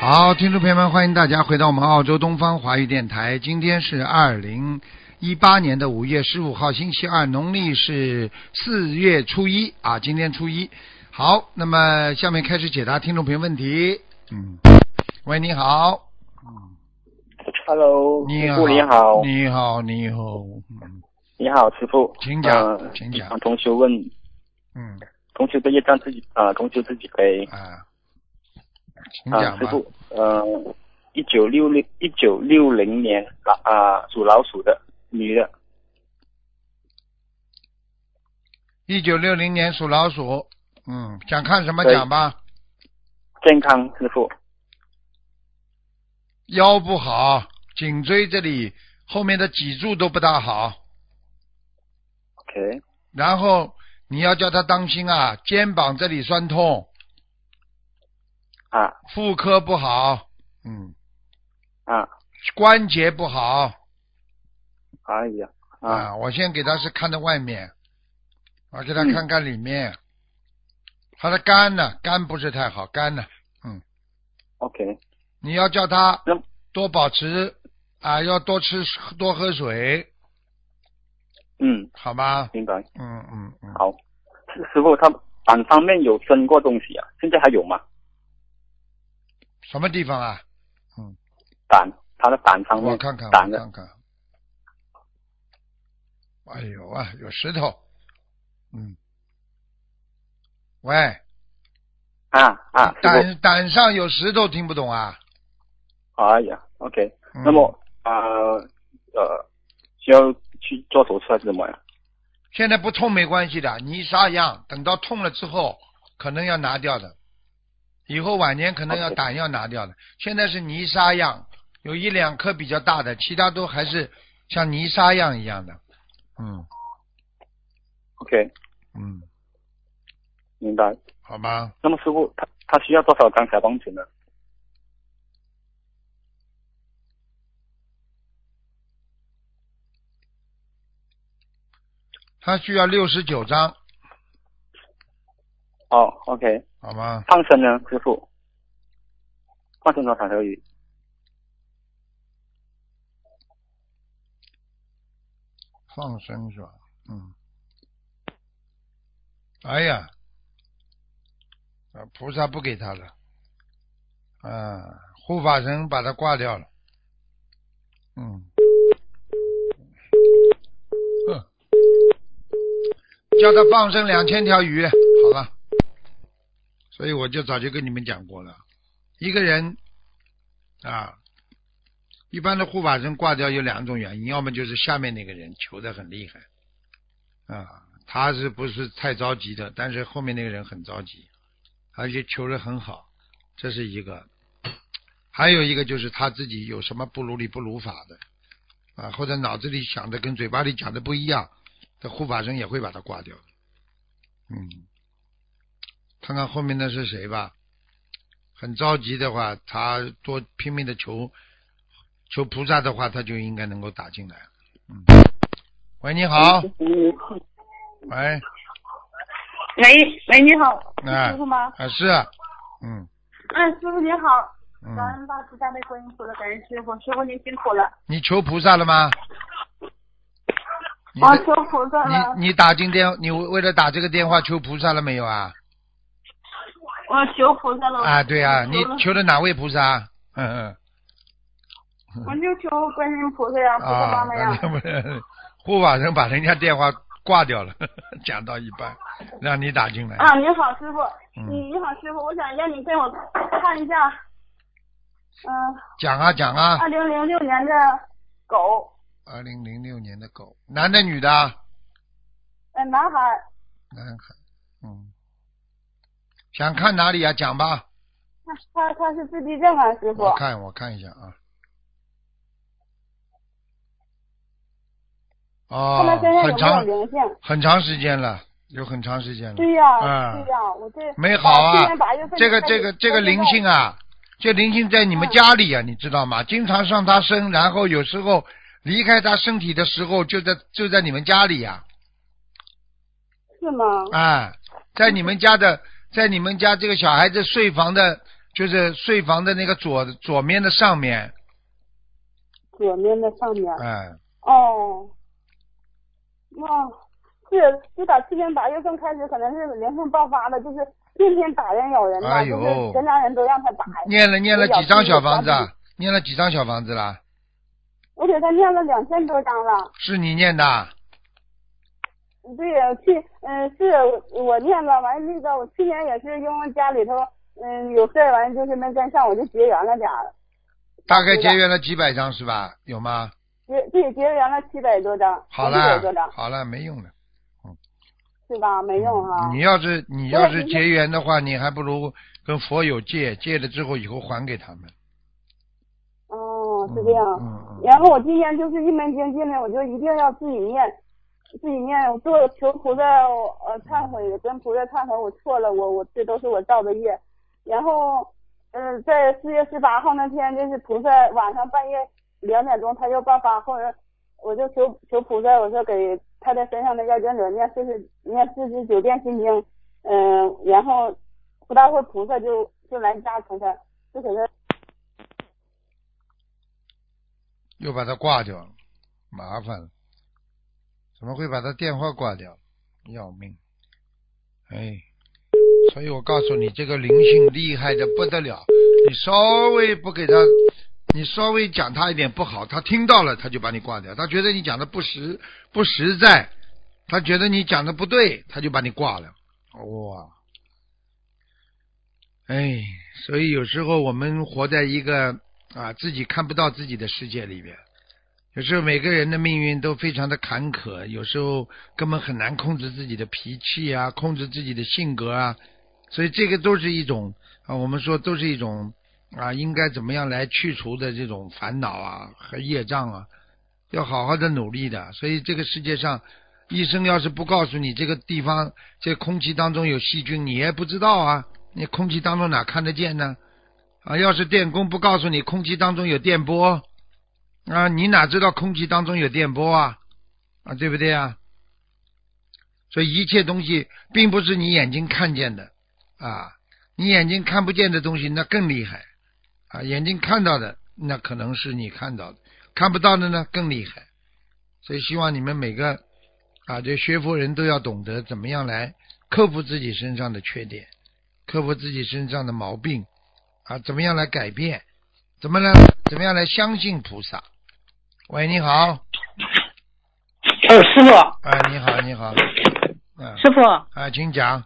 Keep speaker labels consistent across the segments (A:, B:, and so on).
A: 好，听众朋友们，欢迎大家回到我们澳洲东方华语电台。今天是二零一八年的五月十五号，星期二，农历是四月初一啊，今天初一。好，那么下面开始解答听众朋友问题。嗯，喂，你好，
B: Hello，
A: 你
B: 师
A: 好，
B: 傅你好，
A: 你好，你好，嗯
B: 你好，师傅，
A: 请讲
B: 呃
A: 请讲
B: 同学问，
A: 嗯
B: 同学的业障自己啊、呃，同学自己背
A: 啊，请
B: 啊、
A: 讲
B: 师
A: 吧。
B: 傅，呃，一九六六一九六零年老啊、属老鼠的女的，
A: 一九六零年属老鼠，嗯，想看什么
B: 对
A: 讲吧？
B: 健康师傅，
A: 腰不好，颈椎这里后面的脊柱都不大好，
B: ，OK，
A: 然后你要叫他当心啊，肩膀这里酸痛，
B: 啊
A: 妇科不好，嗯，
B: 啊，
A: 关节不好
B: 哎呀，啊
A: 啊。我先给他是看的外面，我给他
B: 嗯
A: 看看里面，他的肝呢，肝不是太好，肝呢，
B: ，OK，
A: 你要叫他
B: 那
A: 多保持啊，要多吃多喝水，
B: 嗯，
A: 好吗？
B: 明白，
A: 嗯嗯嗯，
B: 好，师师傅他板上面有生过东西啊，现在还有吗？
A: 什么地方啊？
B: 胆，他的胆上面，
A: 我看看，
B: 胆
A: 我
B: 的
A: 看看。哎呦啊，有石头，嗯。喂，
B: 啊啊，师傅，
A: 胆胆上有石头，听不懂啊？
B: 哎呀，OK，
A: 嗯
B: 那么啊呃，需要去做手术还是怎么样？
A: 现在不痛没关系的，泥沙样，等到痛了之后可能要拿掉的，以后晚年可能要
B: OK
A: 胆要拿掉的。现在是泥沙样，有一两颗比较大的，其他都还是像泥沙样一样的。嗯
B: OK，
A: 嗯，
B: 明白。
A: 好吧，
B: 那么师傅他他需要多少张小房子呢？
A: 他需要六十九张，
B: 哦，OK，
A: 好吗？
B: 放生呢，师傅？放生多少条鱼？
A: 放生是吧？嗯。哎呀，啊，菩萨不给他了，啊，护法神把他挂掉了。嗯。哼叫他放生两千条鱼，好了。所以我就早就跟你们讲过了，一个人啊，一般的护法神挂掉有两种原因，要么就是下面那个人求的很厉害，啊，他是不是太着急的？但是后面那个人很着急，而且求的很好，这是一个。还有一个就是他自己有什么不如理不如法的，啊，或者脑子里想的跟嘴巴里讲的不一样，这护法神也会把他挂掉的。嗯，看看后面的是谁吧。很着急的话，他多拼命的求，求菩萨的话，他就应该能够打进来。嗯，喂，你好，
C: 嗯
A: 喂，
C: 喂喂，你好，是
A: 哎
C: 师傅吗？
A: 啊是，嗯
C: 嗯，师傅你好，感
A: 嗯，
C: 恩大慈大悲观音菩萨，感恩师傅，师傅您辛苦了。
A: 你求菩萨了吗？你
C: 啊，
A: 的
C: 求菩萨了，
A: 你你打进电，你为了打这个电话求菩萨了没有啊？
C: 我哦求菩萨了。
A: 啊，对啊，你
C: 我求
A: 求的哪位菩萨？嗯
C: 了我就求观音菩萨呀，
A: 嗯
C: 菩萨妈
A: 啊
C: 妈呀，，
A: 不 是护法神把人家电话挂掉了， 讲到一半，让你打进来。
C: 啊，你好，师傅，
A: 嗯
C: 你你好，师傅，我想让你跟我看一下，嗯，
A: 讲啊讲啊，
C: 二零零六年的狗，
A: 二零零六年的狗，男的女的啊？
C: 呃，男孩，
A: 男孩，嗯，想看哪里啊？讲吧，
C: 他他他是自闭症啊，师傅
A: 我，看我看一下啊。
C: 看
A: 哦
C: 他身，上有
A: 很
C: 没有
A: 长
C: 灵性。
A: 很长时间了，有很长时间了。
C: 对呀、
A: 嗯
C: 对呀、我这
A: 没好啊
C: 到今年八月份
A: 这个这个这个灵性
C: 啊，
A: 啊，这灵性在你们
C: 嗯
A: 家里啊，你知道吗？经常上他身，然后有时候离开他身体的时候，就在就在你们家里啊呀、
C: 是吗？
A: 哎啊，在你们家的，在你们家这个小孩子睡房的就是睡房的那个左左面的上面，
C: 左面的上面。
A: 哎，
C: 哦，哇，是自打去年八月份开始，可能是连胜爆发的，就是天天打人咬人吧，
A: 哎呦
C: 就是全家人都让他打。
A: 念了念了几张小房子啊？念了几张小房子啦？
C: 我给他念了两千多张了。
A: 是你念的啊？
C: 对，去嗯是我我念了，完那个我去年也是因为家里头嗯有事儿，完就是没跟上，我就结缘了点儿，
A: 大概
C: 是
A: 结
C: 的
A: 缘了几百张是吧？有吗？
C: 结对结缘了七百多张，
A: 好
C: 七百
A: 了
C: 多张，
A: 好了，没用了。
C: 是吧？没用啊哈、
A: 嗯你要是你
C: 我
A: 要
C: 已
A: 是
C: 经
A: 结缘的话，你还不如跟佛友借，借了之后以后还给他们。
C: 哦，是这样。
A: 嗯嗯嗯。
C: 然后我今天就是一门精进的，我就一定要自己念，自己念，我做求菩萨呃忏悔，跟菩萨忏悔我错了，我我这都是我造的业。然后，呃，在四月十八号那天，就是菩萨晚上半夜两点钟他就爆发，后来我就求求菩萨，我说给他的身上的要经者念四十念四十九遍心经，嗯、然后不大会菩萨就就来加持他，就给他
A: 又把它挂掉了，麻烦了。怎么会把他电话挂掉？要命！哎，所以我告诉你，这个灵性厉害的不得了。你稍微不给他，你稍微讲他一点不好，他听到了他就把你挂掉。他觉得你讲的不实不实在，他觉得你讲的不对，他就把你挂了。哇！哎，所以有时候我们活在一个啊自己看不到自己的世界里边，有时候每个人的命运都非常的坎坷，有时候根本很难控制自己的脾气啊，控制自己的性格啊，所以这个都是一种啊，我们说都是一种啊，应该怎么样来去除的这种烦恼啊和业障啊，要好好的努力的。所以这个世界上，医生要是不告诉你这个地方这空气当中有细菌，你也不知道啊，你空气当中哪看得见呢？啊，要是电工不告诉你空气当中有电波，啊，你哪知道空气当中有电波啊？啊，对不对啊？所以一切东西并不是你眼睛看见的啊，你眼睛看不见的东西那更厉害啊，眼睛看到的那可能是你看到的，看不到的呢更厉害。所以希望你们每个啊，这学佛人都要懂得怎么样来克服自己身上的缺点，克服自己身上的毛病啊，怎么样来改变，怎么来怎么样来相信菩萨。喂，你好，
D: 呃，师傅，
A: 哎，你好，你好，嗯、
D: 师傅，
A: 啊，请讲，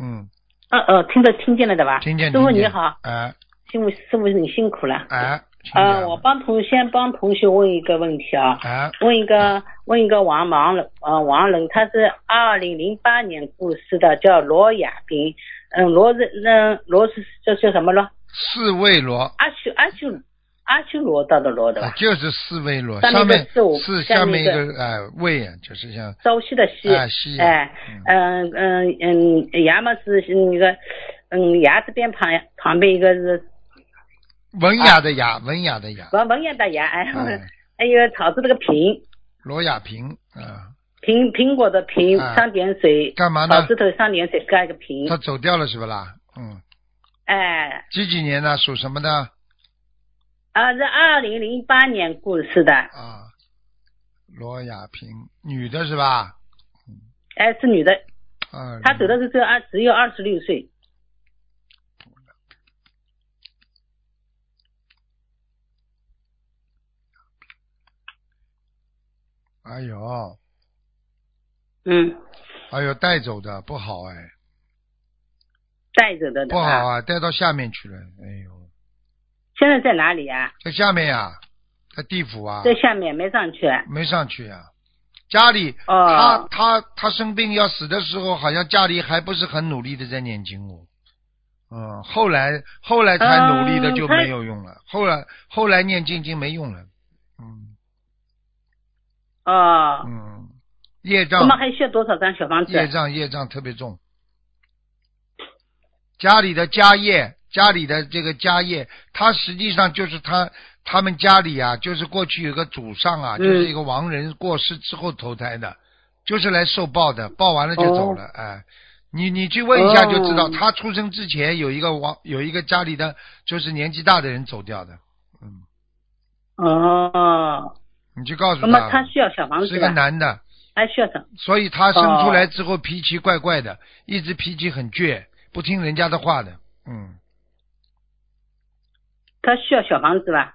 A: 嗯，
D: 呃呃，听得听见了的吧？
A: 听见，
D: 师傅
A: 听
D: 你
A: 见
D: 好，，
A: 哎
D: 师傅师傅你辛苦了。
A: 哎，请
D: 呃，
A: 讲
D: 我帮同先帮同学问一个问题啊，
A: 哎，
D: 问一个问一个王盲人，呃，王人他是二零零八年过世的，叫罗亚斌，嗯，罗是嗯罗是这叫什么罗？
A: 四位罗，
D: 阿修阿修阿修罗道的罗的
A: 啊
D: 吧？
A: 就是四位罗，上
D: 上面一个
A: 面
D: 四五
A: 是
D: 下
A: 下面
D: 面
A: 一
D: 一
A: 个哎位啊，就是像
D: 朝夕的夕，
A: 哎夕啊
D: 哎，嗯嗯嗯，衙门是那个，嗯，牙字边旁旁边一个是
A: 文雅的雅，文雅的雅，
D: 文文言的言，
A: 哎
D: 哎， 还有草字这个苹，
A: 罗雅萍啊，
D: 苹苹果的苹，
A: 哎
D: 三点水，
A: 干嘛
D: 草
A: 呢
D: 字？头三点水加一个
A: 他
D: 苹，
A: 走掉了是不啦？嗯，
D: 哎，
A: 几几年呢？属什么的
D: 啊，是二零零八年过世的，
A: 啊？罗雅萍，女的是吧？
D: 哎，是女的，
A: 啊，
D: 她走的时候二只有二十六岁，
A: 哎呦，
D: 嗯，
A: 哎呦，带走的不好哎，
D: 带走的的
A: 不好
D: 啊。
A: 啊，带到下面去了，哎呦，
D: 现在在哪里啊？
A: 在下面呀、在地府啊，
D: 在下面没上去。啊
A: 没上去呀、家里，他
D: 哦
A: 他他生病要死的时候，好像家里还不是很努力的在念经哦。嗯，后来后来才努力的
D: 嗯
A: 就
D: 他
A: 没有用了，后来后来念经经没用了，嗯
D: 哦，
A: 嗯，业
D: 那
A: 障
D: 么还需要多少张小房子？啊
A: 业障业障特别重，家里的家业，家里的这个家业，他实际上就是他他们家里啊，就是过去有个祖上啊，就
D: 嗯
A: 是一个亡人过世之后投胎的，就是来受报的，报完了就走了，哎，你你去问一下就知道，
D: 哦
A: 他出生之前有一个王，有一个家里的就是年纪大的人走掉的，嗯，
D: 哦，
A: 你去告诉
D: 那么他
A: 他，
D: 需要小房
A: 是
D: 子
A: 个
D: 吧？
A: 男的，
D: 还需要什么？
A: 所以他生出
D: 哦
A: 来之后脾气怪怪的，一直脾气很倔，不听人家的话的，嗯，
D: 他需要小房子吧？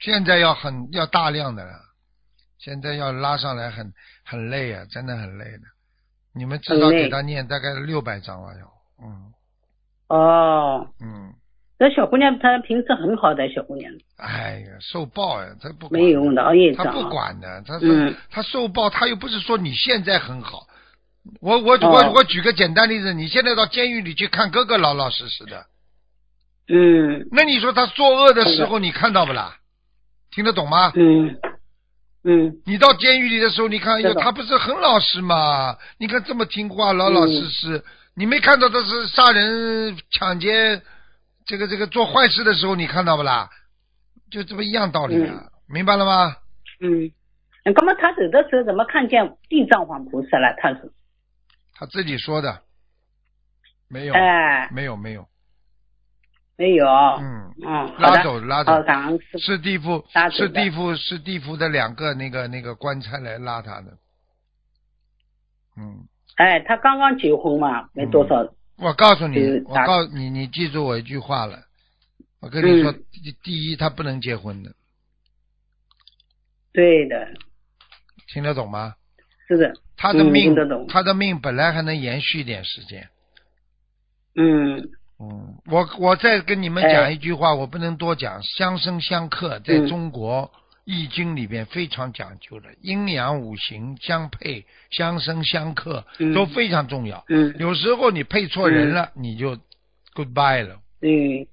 A: 现在要很要大量的了，现在要拉上来很很累啊，真的很累的，你们至少
D: 很累
A: 给他念大概六百章了要，嗯
D: 哦，
A: 嗯，
D: 那小姑娘她平时很好的小姑娘，
A: 哎呀，受报呀，他不管
D: 没有用的熬夜
A: 他
D: 障
A: 不
D: 啊。
A: 管的，他是、
D: 嗯
A: 他受报，他又不是说你现在很好。我我
D: 哦
A: 我我举个简单例子，你现在到监狱里去看哥哥老老实实的，
D: 嗯
A: 那你说他作恶的时候你看到不啦？听得懂吗？
D: 嗯嗯
A: 你到监狱里的时候，你看，哎呦，
D: 知道
A: 他不是很老实嘛？你看这么听话，老老实实，你没看到他是杀人、抢劫，这个这个做坏事的时候，你看到不啦？就这么一样道理啊，明白了吗？
D: 嗯。那么他走的时候怎么看见地藏王菩萨了？他说，
A: 他自己说的，没有，
D: 哎，
A: 没有，没有，
D: 没有。
A: 嗯，
D: 嗯，好
A: 拉
D: 的，
A: 走拉走
D: 好，，感恩师傅。
A: 是地府
D: 拉，走
A: 是
D: 的
A: 地府，是地府的两个那个那个棺材来拉他的。嗯，
D: 哎，他刚刚结婚嘛，没多少。
A: 我告诉你
D: 嗯，
A: 我
D: 打
A: 告你，你记住我一句话了。我跟你说
D: 嗯，
A: 第第一，他不能结婚的，
D: 对的，
A: 听得懂吗？
D: 是的，
A: 他的
D: 嗯
A: 命
D: 听得懂，
A: 他的命本来还能延续一点时间。
D: 嗯
A: 嗯，我我再跟你们讲
D: 哎
A: 一句话，我不能多讲。相生相克，在
D: 嗯
A: 中国《易经》里边非常讲究的，阴阳五行相配、相生相克
D: 嗯
A: 都非常重要。
D: 嗯，
A: 有时候你配错人了，你就 goodbye 了。
D: 对，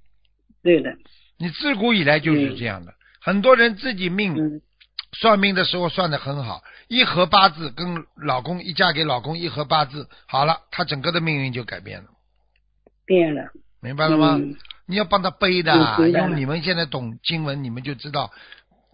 D: 对的，
A: 你自古以来就是这样的，很多人自己命
D: 嗯
A: 算命的时候算的很好，一合八字跟老公一嫁给老公一合八字，好了，她整个的命运就改变了，
D: 变了，
A: 明白了吗？
D: 嗯
A: 你要帮他背的，
D: 嗯明白了
A: 用你们现在懂经文，你们就知道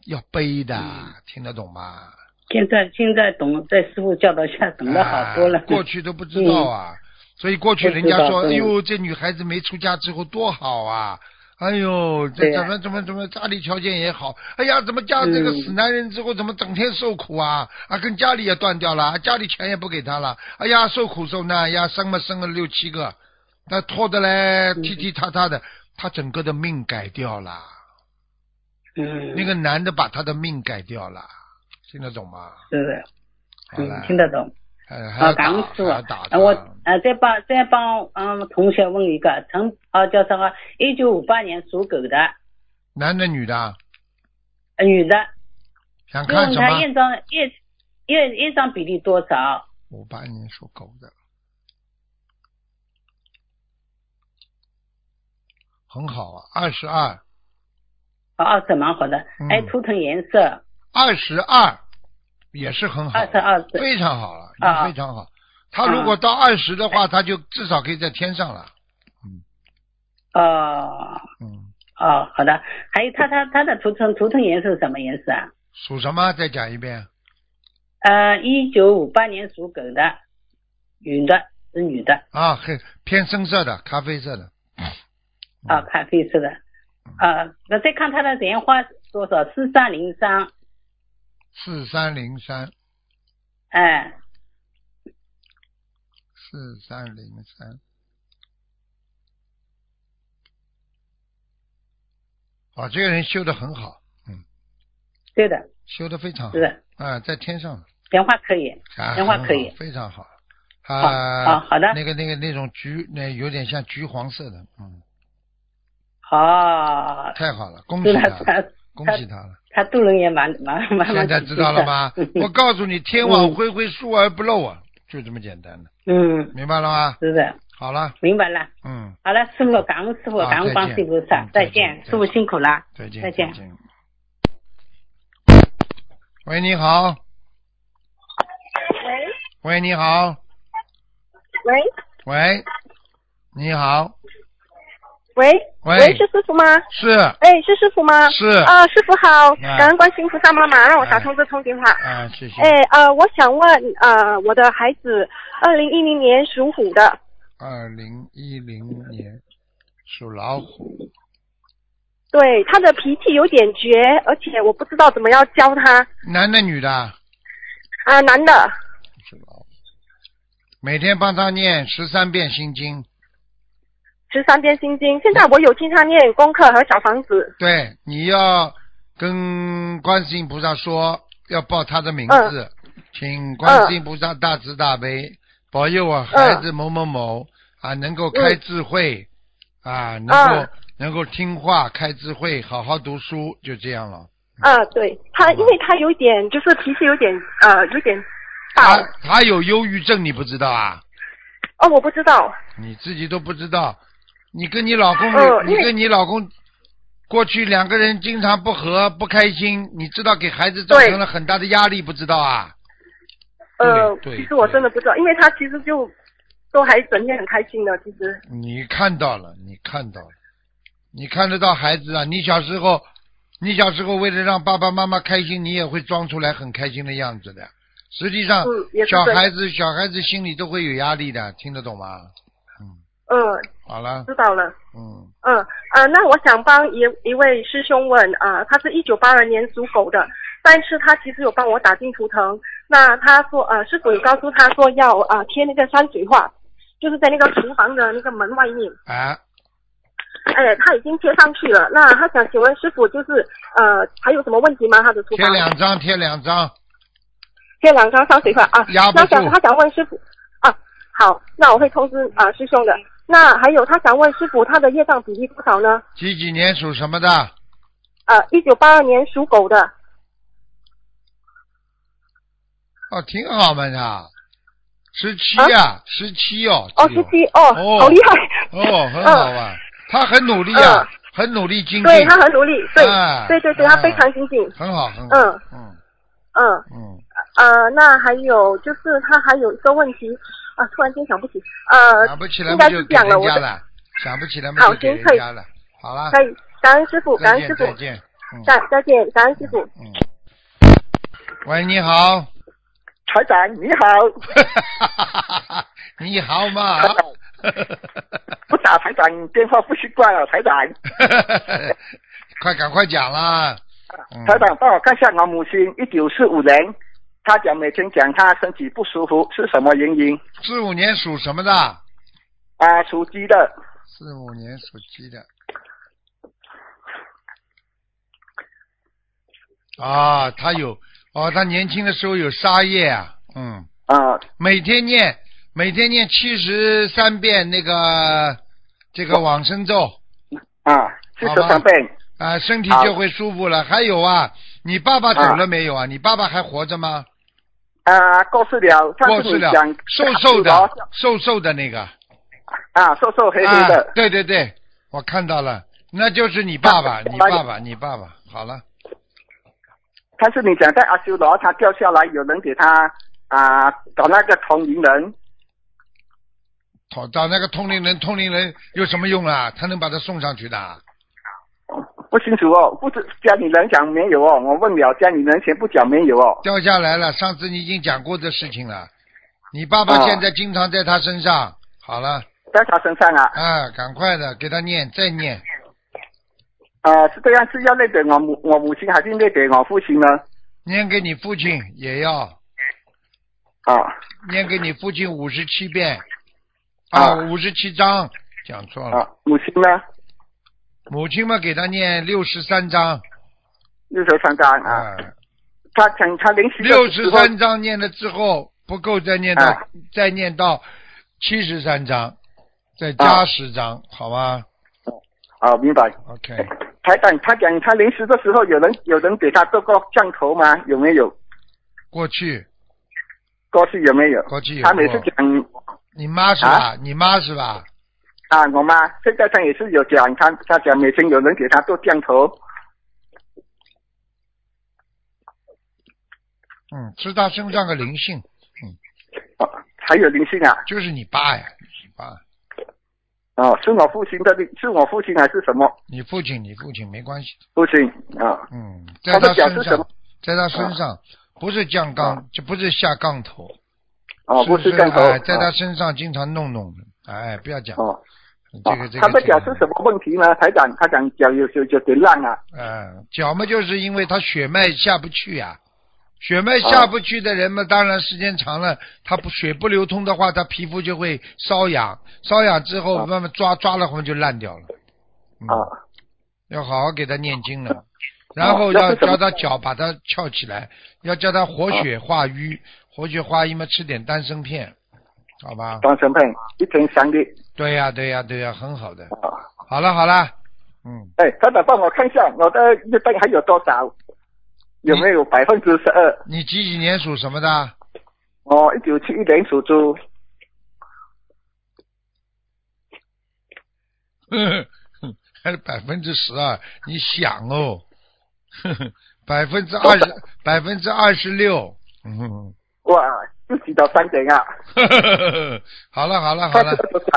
A: 要背的，听得懂吗？
D: 现在现在懂，在师傅教导下懂得好多了。嗯
A: 啊过去都不知道啊，所以过去人家说，
D: 不
A: 哎
D: 知道嗯
A: 呦，这女孩子没出嫁之后多好啊。哎呦，这
D: 对呀
A: 怎么怎么怎么家里条件也好，哎呀，怎么嫁这个
D: 嗯
A: 死男人之后怎么整天受苦啊？啊，跟家里也断掉了，啊家里钱也不给他了，哎呀，受苦受难，哎呀，生嘛生了六七个，那拖得来踢踢踏踏的，他整个的命改掉了。
D: 嗯，
A: 那个男的把他的命改掉了，听得懂吗？
D: 是的，
A: 好了
D: 嗯，，听得懂。
A: 呃还
D: 啊，
A: 要
D: 感恩
A: 打
D: 师傅。
A: 还要打
D: 呃我
A: 仗
D: 呃再帮再帮嗯同学问一个，陈啊叫什么？一九五八年属狗的
A: 男的女的啊，
D: 呃女的，
A: 想
D: 就
A: 看
D: 问
A: 什
D: 她
A: 么？
D: 业障业业业障比例多少？
A: 五八年属狗的，很好啊，二十二，
D: 啊，二十蛮好的
A: 嗯。
D: 哎，图腾颜色
A: 二十二也是很好
D: 二十，二是
A: 非常好了，已
D: 啊
A: 经非常好。他如果到二十的话，他就至少可以在天上了。
D: 哦
A: 嗯，
D: 哦，好的。还有它它它的图腾图腾颜色是什么颜色啊？
A: 属什么？再讲一遍。
D: 呃，一九五八年属狗的，女的是女的
A: 啊，黑偏深色的，咖啡色的。
D: 啊，咖啡色的。啊，那再看它的莲花多少？四三零三，
A: 四三零三
D: 哎，
A: 四三零三。啊，这个人修的很好，
D: 对的，
A: 修的非常好
D: 是，的，
A: 啊，在天上了，
D: 莲花可以，
A: 啊，
D: 莲花
A: 很
D: 可以
A: 好非常好，
D: 好
A: 啊，
D: 啊好的
A: 那个那个那种橘，那有点像橘黄色的，嗯，
D: 哦，
A: 太好了，恭喜
D: 对了，
A: 他，
D: 他
A: 恭喜他了，
D: 他渡人也蛮蛮蛮蛮
A: 现在知道了吗
D: 积极？的嗯
A: 我告诉你，天网恢恢，疏而不漏啊，就这么简单的，
D: 嗯，
A: 明白了吗？
D: 是的，
A: 好了，
D: 明白了。
A: 嗯，
D: 好了，师傅，感恩师傅，
A: 啊
D: 感
A: 再
D: 恩观
A: 见
D: 世音菩萨
A: 嗯，再
D: 再
A: 见
D: 见，师傅
A: 再见
D: 辛苦了。
A: 再见，
D: 再见
A: 喂，你好。喂。喂，你好。
E: 喂
A: 喂，你好。
E: 喂，
A: 喂，
E: 是师傅吗？
A: 是
E: 哎，是师傅吗？
A: 是
E: 啊，师傅好，
A: 嗯
E: 感恩观世音菩萨妈妈让我打
A: 嗯
E: 通这通电话。
A: 啊，谢谢。
E: 哎，呃，我想问，呃，我的孩子，二零一零年属虎的，
A: 二零一零年属老虎，
E: 对，他的脾气有点倔，而且我不知道怎么样教他。
A: 男的女的啊？
E: 啊、男的，
A: 属老虎。每天帮他念十三遍心经，
E: 十三遍心经。现在我有听他念功课和小房子。
A: 对，你要跟观世音菩萨说，要报他的名
E: 嗯
A: 字，请观世音菩萨大慈大悲，保佑我孩子某某某、啊能够开智慧，啊能够、
E: 嗯
A: 能够听话、开智慧、好好读书，就这样了。
E: 啊、对他，因为他有点就是脾气有点呃有点暴
A: 他。他有忧郁症，你不知道啊？
E: 哦，我不知道。
A: 你自己都不知道，你跟你老公，
E: 哦
A: 你
E: 因为
A: 跟你老公过去两个人经常不和、不开心，你知道给孩子造
E: 对
A: 成了很大的压力，不知道啊？
E: 呃，
A: 对对
E: 其实我真的不知道，因为他其实就都还整天很开心的，其实。
A: 你看到了，你看到了，你看得到孩子啊！你小时候，你小时候为了让爸爸妈妈开心，你也会装出来很开心的样子的。实际上，
E: 嗯也是
A: 小
E: 对
A: 孩子小孩子心里都会有压力的，听得懂吗？
E: 嗯、
A: 好了，
E: 知道了。
A: 嗯，
E: 嗯呃，那我想帮一一位师兄问啊、呃他是一九八二年属狗的，但是他其实有帮我打进图腾。那他说呃，师傅有告诉他说要啊、呃贴那个山水画，就是在那个厨房的那个门外面。
A: 啊，
E: 哎，他已经贴上去了。那他想请问师傅，就是呃还有什么问题吗？他的厨
A: 贴
E: 房
A: 两张，贴两张，
E: 贴两张山水画啊。
A: 压不
E: 那
A: 住
E: 想他想问师傅啊，好，那我会通知啊、呃师兄的。那还有他想问师傅，他的业障比例多少呢？
A: 几几年属什么的？
E: 呃，一九八二年属狗的。
A: 哦，挺好嘛，他十七呀，十七哦，
E: 啊哦，
A: 这
E: 十
A: 个
E: 七哦，
A: 哦
E: 好厉害！
A: 哦， 很好啊，他很努力啊
E: 嗯，
A: 很努力精进，
E: 对他很努力，对、
A: 啊
E: 对对对，
A: 啊
E: 他非常精进。
A: 很好，很好，
E: 嗯
A: 嗯
E: 嗯
A: 嗯，
E: 呃，那还有就是他还有一个问题啊，突然间想不起，呃，
A: 想不起来
E: 应
A: 不
E: 该
A: 就是给
E: 这样了，
A: 人
E: 我
A: 家
E: 的
A: 了，想不起来嘛
E: 好
A: 就给
E: 行
A: 人
E: 可以
A: 家了，好了，
E: 可以，感恩师傅，感
A: 再
E: 恩师
A: 见
E: 傅
A: 啊再，见，嗯
E: 再再见，感恩师傅。
A: 嗯，喂，你好，
F: 台长你好，
A: 你好嘛
F: 台，长不打台长电话不习惯了，台长，
A: 嗯快赶快讲啦，嗯
F: 台长帮我看一下我母亲，一九四五年，她讲每天讲她身体不舒服是什么原因
A: 四五年属什么的？
F: 啊？属鸡的，
A: 四五年属鸡的。啊，他有哦，他年轻的时候有沙叶啊，嗯，
F: 啊
A: 每天念每天念七十三遍那个这个往生咒
F: 啊，是
A: 好
F: 十
A: 吧
F: 三遍
A: 啊、身体
F: 好
A: 就会舒服了。还有啊，你爸爸走
F: 啊
A: 了没有啊？你爸爸还活着吗？
F: 啊，过世了，上
A: 过
F: 次
A: 世
F: 你
A: 了
F: 讲，
A: 瘦瘦的
F: 啊，
A: 瘦瘦的那个，
F: 啊，瘦瘦黑黑
A: 啊
F: 的，，
A: 对对对，我看到了，那就是你爸 爸，你爸爸，你爸爸，好了。
F: 但是你讲在阿修罗，他掉下来，有人给他啊找那个同龄人
A: 找找那个通灵人，通灵人有什么用啊？他能把他送上去的啊？
F: 不清楚哦，不知家里人讲没有哦，我问了家里人全部讲没有哦。
A: 掉下来了，上次你已经讲过这事情了。你爸爸
F: 啊
A: 现在经常在他身上。好了，
F: 在他身上啊，
A: 啊，赶快的给他念，再念。
B: 啊
F: 呃，是这样是要那给我母我母亲还是那给我父亲呢？
A: 念给你父亲也要，
F: 啊
A: 念给你父亲五十七遍，
F: 啊
A: 啊，五十七章，讲错了。
F: 啊，母亲呢？
A: 母亲嘛，给他念六十三章，
F: 六十三章啊，
A: 啊，
F: 他讲他临时的
A: 六
F: 时
A: 十
F: 候
A: 三章念了之后不够，再念到、
F: 啊
A: 再念到七十三章，再加
F: 啊
A: 十章，好吧？
F: 啊，明白。
A: OK，
F: 台长，他讲他临时的时候，有人有人给他做过降头吗？有没有？
A: 过去
F: 过去有没有？
A: 过去有
F: 他每次
A: 过，
F: 讲
A: 你妈是吧？你妈是吧？
F: 啊，我妈现在她也是有讲，她她讲每天有人给她做降头
A: 嗯，是她身上的灵性，
F: 哦啊，还有灵性啊
A: 就是你爸呀，你爸。
B: 哦，是我父亲的力，是我父亲还是什么
A: 你父亲，你父亲没关系的，
B: 父亲啊？
A: 嗯，在
B: 他的
A: 他
B: 脚是
A: 身
B: 什么
A: 上，在他身上不是降杠
B: 啊，
A: 就不是下杠头，
B: 哦，不是降头
A: 哎，在他
B: 啊
A: 身上经常弄弄的，哎，不要讲
B: 哦，
A: 这个这个。
B: 他的脚
A: 这
B: 是
A: 个
B: 什么问题呢？台长，他讲脚有有有点烂啊，
A: 嗯，脚嘛，就是因为他血脉下不去呀、血脉
B: 啊
A: 下不去的人嘛，当然时间长了，他不血不流通的话，他皮肤就会瘙痒，瘙痒之后
B: 啊
A: 慢慢抓抓了后就烂掉了。嗯、
B: 啊，
A: 要好好给他念经了，然后
B: 那
A: 要
B: 是什
A: 教
B: 么啊
A: 他脚把它翘起来，要教他活血化瘀，活血化瘀嘛，吃点丹参片，好吧？
B: 当成片一天三粒
A: 对呀、对呀、对呀、很好的。
B: 啊。
A: 好了好了，嗯，
B: 哎，台长帮我看一下我的月份还有多少？有没有百分之十二？
A: 你几几年属什么的？
B: 我一九七一年属猪，
A: 哼哼，还是百分之十二，你想哦， 百分之二十，百分之二十六， 嗯，
B: 哇，自己到三点啊，
A: 好了好了好
B: 他是
A: 了，
B: 多少？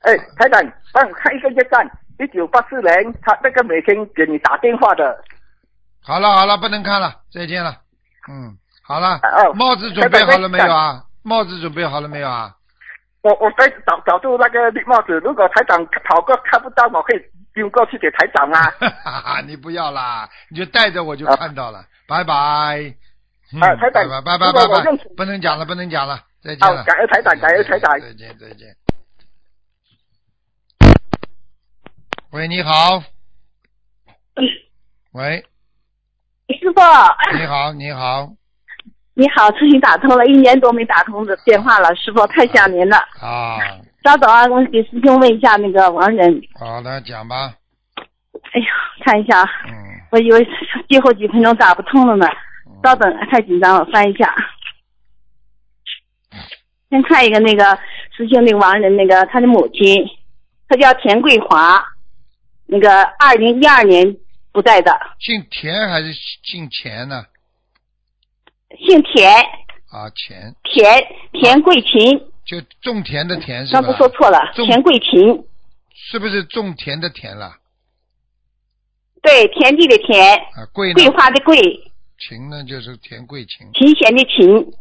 B: 哎，台长帮我看一个月账，一九八四年，他那个每天给你打电话的，
A: 好了好了，不能看了，再见了，嗯，好了
B: 哦，
A: 帽子准备好了没有啊？帽子准备好了没有啊？
B: 我我在找找住那个绿帽子，如果台长跑过看不到，我可以丢过去给台长啊。
A: 哈哈哈， 你不要啦，你就带着我就
B: 啊
A: 看到了，拜拜，嗯
B: 啊台
A: 拜
B: 长
A: 拜拜拜
B: 如果
A: 拜
B: 我
A: 拜
B: 用手，
A: 不能讲了不能讲了，再见
B: 好
A: 了，。
B: 感恩台长，感恩台长。
A: 再见再见。喂，你好。喂，
G: 师傅，
A: 你好，你好，
G: 你好，终于打通了，一年多没打通的电话了，师傅太想您了。
A: 啊，
G: 稍等啊，我给师兄问一下那个王人。
A: 好的，讲吧，
G: 哎呀，看一下啊，
A: 嗯，
G: 我以为最后几分钟打不通了呢。
A: 嗯
G: 稍等，太紧张了，翻一下。先看一个那个师兄那个亡人那个他的母亲，她叫田桂华，那个二零一二年不在的，
A: 姓田还是姓钱呢？
G: 姓田，
A: 啊，钱，
G: 田田桂琴，
A: 就种田的田是吧
G: 刚才？说错了，
A: 中
G: 田桂琴，
A: 是不是种田的田了？
G: 对，田地的田。
A: 啊，桂呢
G: 桂？花的桂，
A: 琴呢？就是田桂琴。
G: 琴弦的琴。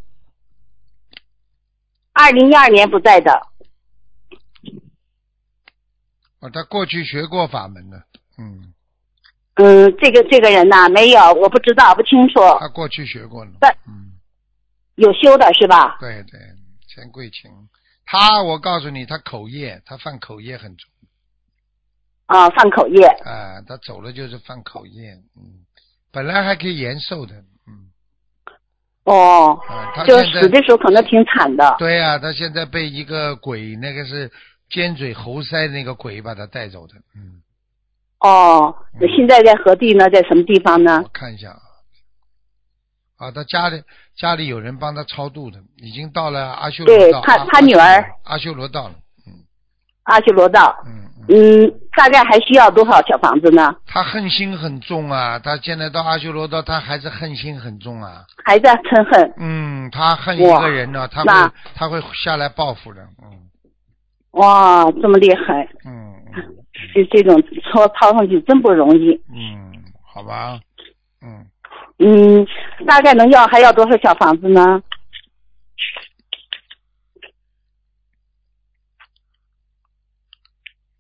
G: 二零一二年不在的，
A: 哦，他过去学过法门的，嗯，
G: 嗯，这个这个人呐、没有，我不知道，不清楚，
A: 他过去学过呢
G: 但，
A: 嗯。
G: 有修的是吧？
A: 对对，钱桂琴，他我告诉你，他口业，他犯口业很重
G: 啊，放口业，
A: 啊、他走了就是犯口业，嗯，本来还可以延寿的，嗯，
G: 哦，
A: 啊、他
G: 就
A: 现
G: 死
A: 在
G: 的时候可能挺惨的，
A: 对呀、他现在被一个鬼，那个是尖嘴猴腮那个鬼把他带走的，嗯，
G: 哦，
A: 嗯
G: 现在在何地呢？在什么地方呢
A: 我？看一下啊，啊，他家里家里有人帮他超度的，已经到了阿修罗
G: 对
A: 道，
G: 他
A: 啊
G: 他女儿
A: 阿修罗道了，
G: 阿修罗道，
A: 嗯嗯。
G: 嗯，大概还需要多少小房子呢？
A: 他恨心很重啊，他现在到阿修罗道，他还是恨心很重啊。
G: 还在嗔恨，
A: 嗯，他恨一个人呢、他
G: 那
A: 会他会下来报复的。嗯
G: 哇，这么厉害，
A: 嗯嗯
G: 这这种操操上去真不容易。
A: 嗯，好吧，嗯，
G: 嗯，大概能要还要多少小房子呢？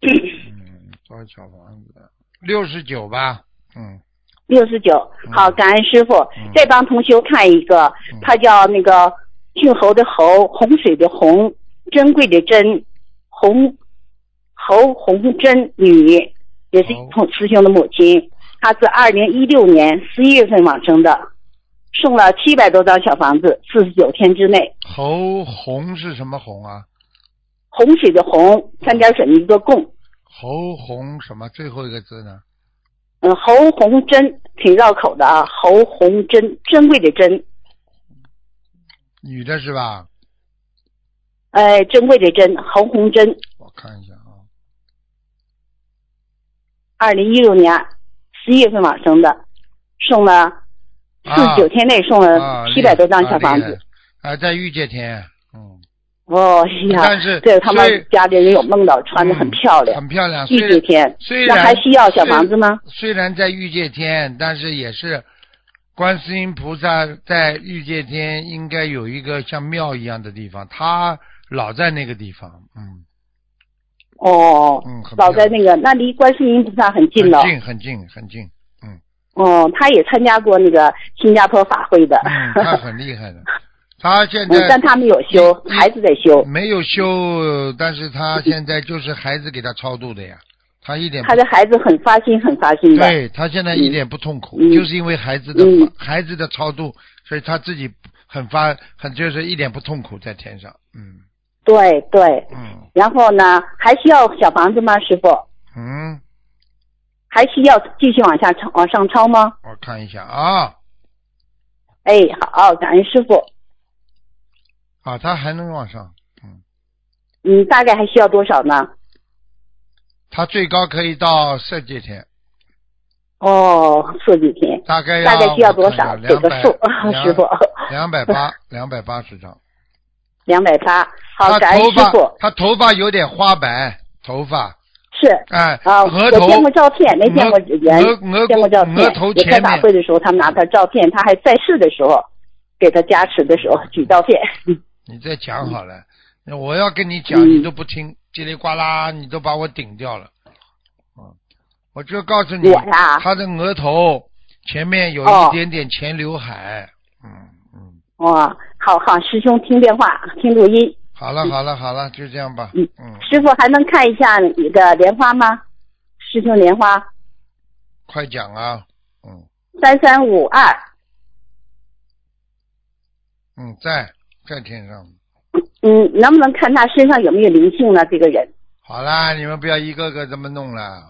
A: 嗯多少小房子？啊六十九吧。嗯，
G: 六十九，好，感恩师傅。
A: 嗯
G: 再帮同修看一个
A: 嗯，
G: 他叫那个郡侯的侯，洪水的洪，珍贵的珍，洪侯洪珍女，也是
A: 哦
G: 同师兄的母亲。她是二零一六年十一月份往生的，送了七百多张小房子，四十九天之内。
A: 侯红是什么红啊？
G: 洪水的洪，三点水一个共，
A: 侯红什么？最后一个字呢？
G: 嗯，侯洪珍挺绕口的啊，侯洪珍，珍贵的珍，
A: 女的是吧？
G: 哎，珍贵的珍，侯洪珍。
A: 我看一下啊，
G: 二零一六年十一月份往生的，送了四
A: 啊
G: 十九天内送
A: 啊
H: 呃
G: 了，七百多张
A: 厉害
G: 小房子。
A: 啊，厉害啊在御界天，嗯，
H: 哦哎呀，
A: 但是
H: 这他们
A: 虽
H: 家里人有梦到，穿的很
A: 嗯
H: 漂亮，
A: 很漂亮。
H: 玉界
A: 虽然
H: 天，
A: 虽
H: 那
A: 然
H: 还需要小房子吗？
A: 虽然在欲界天，但是也是观世音菩萨在欲界天应该有一个像庙一样的地方，他老在那个地方，嗯
H: 哦，
A: 嗯，很
H: 老在
A: 漂亮
H: 那个，那离观世音菩萨很近了。
A: 很近很近很近，
H: 哦，他也参加过那个新加坡法会的，
A: 嗯，他很厉害的，他现
H: 嗯但
A: 在
H: 他没有修，
A: 嗯
H: 孩子在修，
A: 没有修，但是他现在就是孩子给他超度的呀，他一点不
H: 他的孩子很发心，很发心的。
A: 对他现在一点不痛苦，
H: 嗯
A: 就是因为孩子的、
H: 嗯
A: 孩子的超度，所以他自己很发很就是一点不痛苦在天上，嗯
H: 对对，
A: 嗯
H: 然后呢，还需要小房子吗，师傅？
A: 嗯，
H: 还需要继续往下抄，往上抄吗？
A: 我看一下啊
H: 哎，好，感恩师傅。
A: 啊，他还能往上，
H: 嗯，大概还需要多少呢？
A: 他最高可以到色界天，
H: 哦，四几天，
A: 大概要
H: 大概需要多少？给
A: 两
H: 个
A: 百
H: 数， 师傅。
A: 两百八两百八十张，
H: 两百八。 好，
A: 他
H: 感恩
A: 头
H: 师
A: 发
H: 傅。
A: 他头发有点花白，头发
H: 是
A: 哎
H: 啊，
A: 额
H: 我
A: 头
H: 见过照片，没见过
A: 额
H: 人
A: 额，额
H: 见过照
A: 额头
H: 片。也开
A: 前
H: 法
A: 面
H: 会的时候，他们拿他照片，他还在世的时候，给他加持的时候举照片。
A: 你再讲好了，那我要跟你讲，
H: 嗯
A: 你都不听，叽里呱啦，你都把我顶掉了。啊，我就告诉你
H: 我，呀，
A: 他的额头前面有
H: 哦
A: 一点点前刘海。嗯嗯，
H: 哇，哦好好，师兄听电话，听录音。
A: 好了好了好了，就这样吧。
H: 嗯
A: 嗯，
H: 师傅还能嗯看一下你的莲花吗？师兄莲花
A: 快讲啊。嗯
H: 三三五二，
A: 嗯，在在天上。
H: 嗯，能不能看他身上有没有灵性呢？这个人。
A: 好啦，你们不要一个个这么弄了。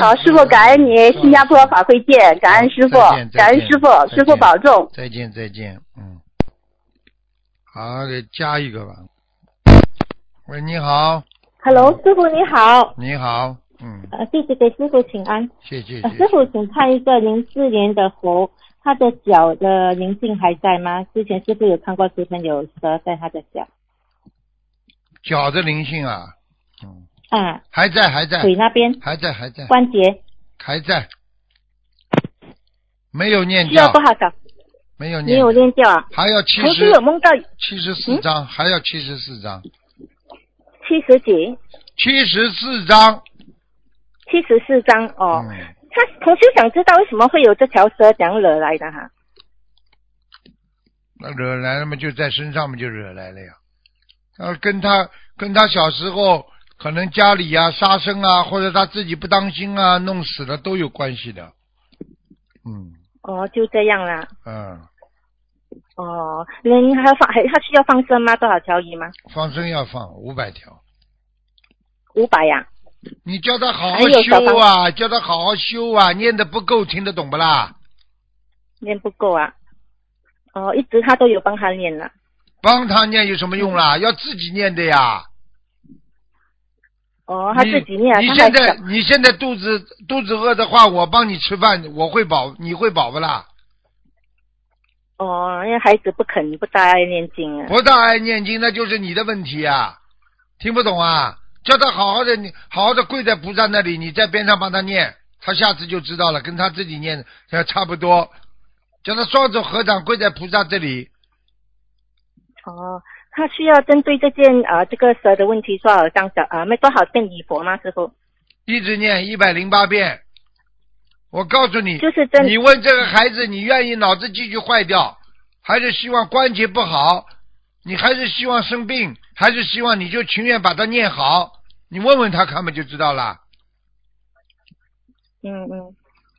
H: 好，师傅，感恩您，新加坡法啊会见，感恩师傅
A: 再见，再见
H: 感恩师傅
A: 再，见
H: 师傅保重。
A: 再见再见，嗯，好，给加一个吧。喂，你好，
G: Hello，师傅你好，
A: 你好，嗯，
G: 呃，弟子给师傅请安。
A: 谢谢
G: 呃
A: 谢
G: 师
A: 谢。
G: 傅，请看一个零四年的猴，他的脚的灵性还在吗？之前师傅有看过图腾，有蛇在他的脚
A: 脚的灵性啊，嗯，
G: 啊，
A: 还在还在
G: 腿那边
A: 还在还在
G: 关节
A: 还在，没有念
G: 需要
A: 掉
G: 多，少小？
A: 没有
G: 没
A: 念
G: 有
A: 掉，
G: 练掉啊？
A: 还要七
G: 同时
A: 十
G: 有嗯梦到
A: 七十四张，还要七十四张，
G: 七十几、
A: 七十四张，
G: 七十四张哦。
A: 嗯，
G: 他同时想知道为什么会有这条蛇讲惹来的哈？
A: 那惹来了嘛，就在身上嘛，就惹来了呀。呃，跟他跟他小时候可能家里啊杀生啊，或者他自己不当心啊弄死了都有关系的。嗯
G: 哦，就这样啦。
A: 嗯，
G: 哦，您还要放还他需要放生吗？多少条鱼吗？
A: 放生要放五百条，
G: 五百呀。
A: 你叫他好好
G: 还有小
A: 修啊，叫他好好修啊，念的不够，听得懂不啦？
G: 念不够啊。哦，一直他都有帮他念了。
A: 帮他念有什么用
G: 嗯
A: 啦？要自己念的呀。
G: 哦，他
A: 你
G: 自己念啊，
A: 你
G: 他还
A: 现在
G: 小。
A: 你现在肚子肚子饿的话，我帮你吃饭，我会饱，你会饱不啦？
G: 哦，因为孩子不肯不大爱念经 啊。
A: 不大爱念经，那就是你的问题啊！听不懂啊？叫他好好的，你好好的跪在菩萨那里，你在边上帮他念，他下次就知道了，跟他自己念的差不多。叫他双手合掌跪在菩萨这里，
G: 哦，他需要针对这件呃这个蛇的问题多少张小啊？没多少遍礼佛吗？师傅？
A: 一直念一百零八遍。我告诉你，
G: 就是针
A: 你问这个孩子，你愿意脑子继续坏掉，还是希望关节不好？你还是希望生病，还是希望你就情愿把它念好？你问问他，他们就知道了。
G: 嗯嗯，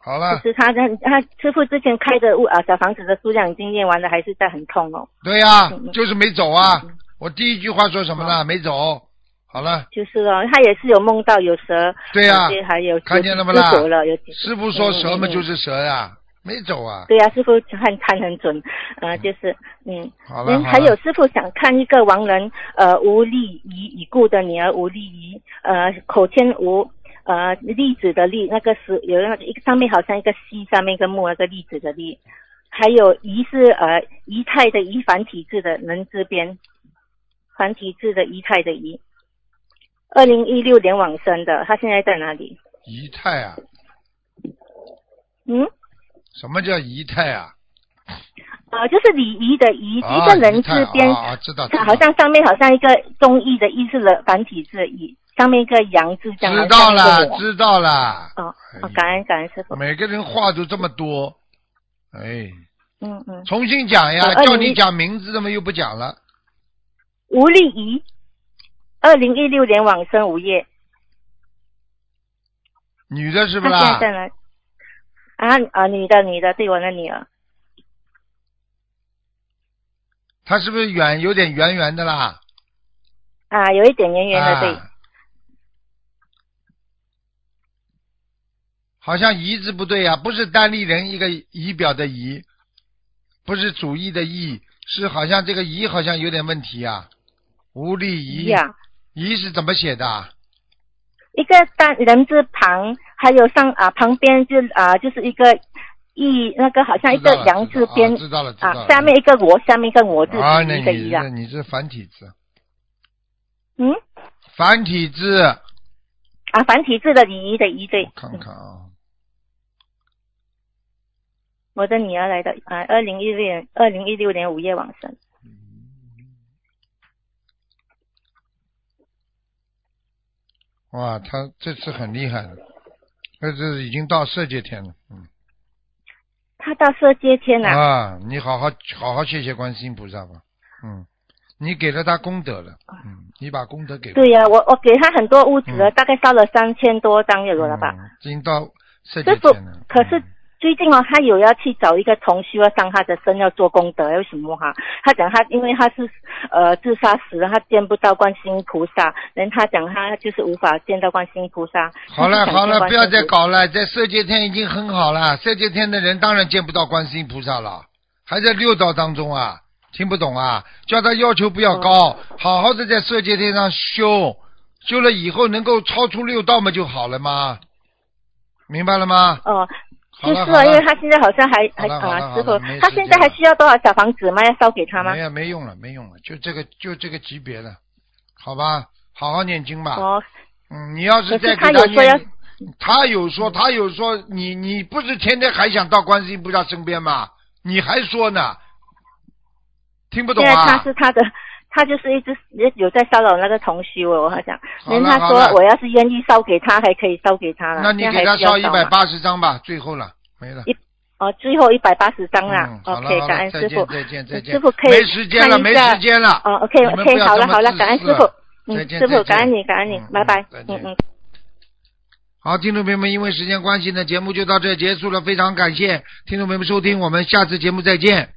A: 好了
G: 就。是他他他师傅之前开的物啊小房子的数量已经念完了，还是在很痛哦。
A: 对呀、
G: 嗯
A: 就是没走啊！我第一句话说什么了？没走。好了，
G: 就是哦，他也是有梦到有蛇，
A: 对呀、
G: 有些还有
A: 看见了
G: 有
A: 不
G: 几只
A: 啦
G: 狗了，有几只
A: 师傅说蛇嘛
G: 嗯嗯嗯
A: 就是蛇呀、没走啊。
G: 对呀、师傅很看很准，呃，就是嗯，
A: 好了，
G: 您
A: 好
G: 还有
A: 了，
G: 师傅想看一个亡人，呃，吴丽仪已故的女儿吴丽仪，呃，口天吴，呃，栗子的栗，那个是有那个一个上面好像一个西，上面一个木，那个栗子的栗，还有仪是呃仪态的仪，繁体字的人字边，繁体字的仪态的仪。二零一六年往生的，他现在在哪里？
A: 仪态啊，
G: 嗯，
A: 什么叫仪态啊？
G: 呃，就是礼仪的仪，
A: 啊
G: 一个人
A: 仪
G: 字
A: 态
G: 边，
A: 啊啊，知道，知道
G: 好像上面好像一个中义的义是了繁体字的义，上面一个羊字这样。
A: 知道
G: 好像
A: 了
G: 是，我
A: 知哎道了。
G: 哦，哦感恩感恩师傅，
A: 每个人话都这么多，哎，
G: 嗯嗯，
A: 重新讲呀，
G: 呃
A: 叫
G: 20
A: 你讲名字，怎么又不讲了？
G: 吴丽仪，二零一六年往生午夜，
A: 女的是不
G: 她现
A: 啦
G: 在？在哪？啊啊，女的女的，对我的女儿，
A: 她是不是圆有点圆圆的啦？
G: 啊，有一点圆圆的，
A: 啊
G: 对，
A: 好像仪字不对呀、不是单立人一个仪表的仪，不是主义的义，是好像这个仪好像有点问题呀、啊无立仪，
G: 呀，
A: 仪是怎么写的啊？
G: 一个单人字旁，还有上啊旁边就啊就是一个义，那个好像一
A: 知道
G: 个
A: 了
G: 羊字
A: 知道
G: 边
A: 啊知道了，知道了。
G: 啊，下面一个我，下面一个我字，
A: 啊，那
G: 一个
A: 你
G: 一啊
A: 是，你是繁体字，
G: 嗯，
A: 繁体字，
G: 啊，繁体字的礼仪的仪对
A: 我，看看啊，
G: 我的女儿来的啊，二零一六年二零一六年五月往生，
A: 哇，他这次很厉害了，这次已经到色界天了，嗯。
G: 她到色界天呐、
A: 啊，你好好好好谢谢观世音菩萨吧，嗯，你给了他功德了，嗯，你把功德给了
G: 对呀、我我给她很多屋子了，
A: 嗯
G: 大概烧了三千多张有了吧。
A: 嗯已经到色界
G: 师傅
A: 天了。，
G: 可是
A: 嗯
G: 最近哦，他有要去找一个同修要上他的身，要做功德，为什么哈、他讲他因为他是呃自杀死了，他见不到观世音菩萨，人他讲他就是无法见到观世音菩萨。
A: 好
G: 他
A: 了
G: 就想
A: 好了，
G: 见观
A: 不
G: 世音
A: 要再
G: 菩萨。
A: 搞了，在色界天已经很好了，色界天的人当然见不到观世音菩萨了，还在六道当中啊，听不懂啊？叫他要求不要高，
G: 哦
A: 好好的在色界天上修，修了以后能够超出六道嘛就好了嘛，明白了吗？
G: 哦，
A: 好
G: 就
A: 了
G: 是
A: 好
G: 啊，因为
A: 了
G: 他现在好像还还
A: 好了好了
G: 啊，师
A: 好了
G: 傅
A: 没时，
G: 他
A: 间
G: 现在还
A: 了
G: 需要多少小房子吗？要烧给他吗
A: 没？有没用了，没用了，就这个就这个级别了，好吧，好好念经吧。
G: 哦，
A: 嗯，你要是再
G: 可是他
A: 给他
G: 有说要
A: 念，他有说他有说你你不是天天还想到观世音菩萨身边吗？你还说呢？听不懂
G: 现在他
A: 啊？
G: 是他的， 他就是一直有在骚扰那个同修哦，我好像。
A: 好
G: 人
A: 了
G: 他
A: 好
G: 说
A: 了
G: 我要是愿意烧给他，还可以烧给他了。
A: 那你
G: 现在
A: 给他
G: 还需要
A: 烧一百
G: 吗
A: 八十张吧，最后了，没了。
G: 哦，最后一百八十张啦
A: 嗯。好了
G: OK，
A: 好
G: 感
A: 了，
G: 恩
A: 再
G: 师傅嗯
A: 见。再见再见，
G: 师傅可以
A: 没时间了，
G: 看一
A: 没
G: 下
A: 时间了。
G: 哦，OK
A: 你们不
G: OK，
A: 要
G: 好
A: 这
G: 了
A: 么
G: 好了，
A: 自
G: 感恩
A: 私
G: 师傅
A: 了。再
G: 嗯，
A: 见
G: 师
A: 再
G: 傅感恩
A: 见
G: 你感恩你
A: 嗯，
G: 拜
A: 嗯
G: 拜
A: 再。见
G: 嗯嗯。
A: 好，听众朋友们，因为时间关系呢，节目就到这儿结束了。非常感谢听众朋友们收听，我们下次节目再见。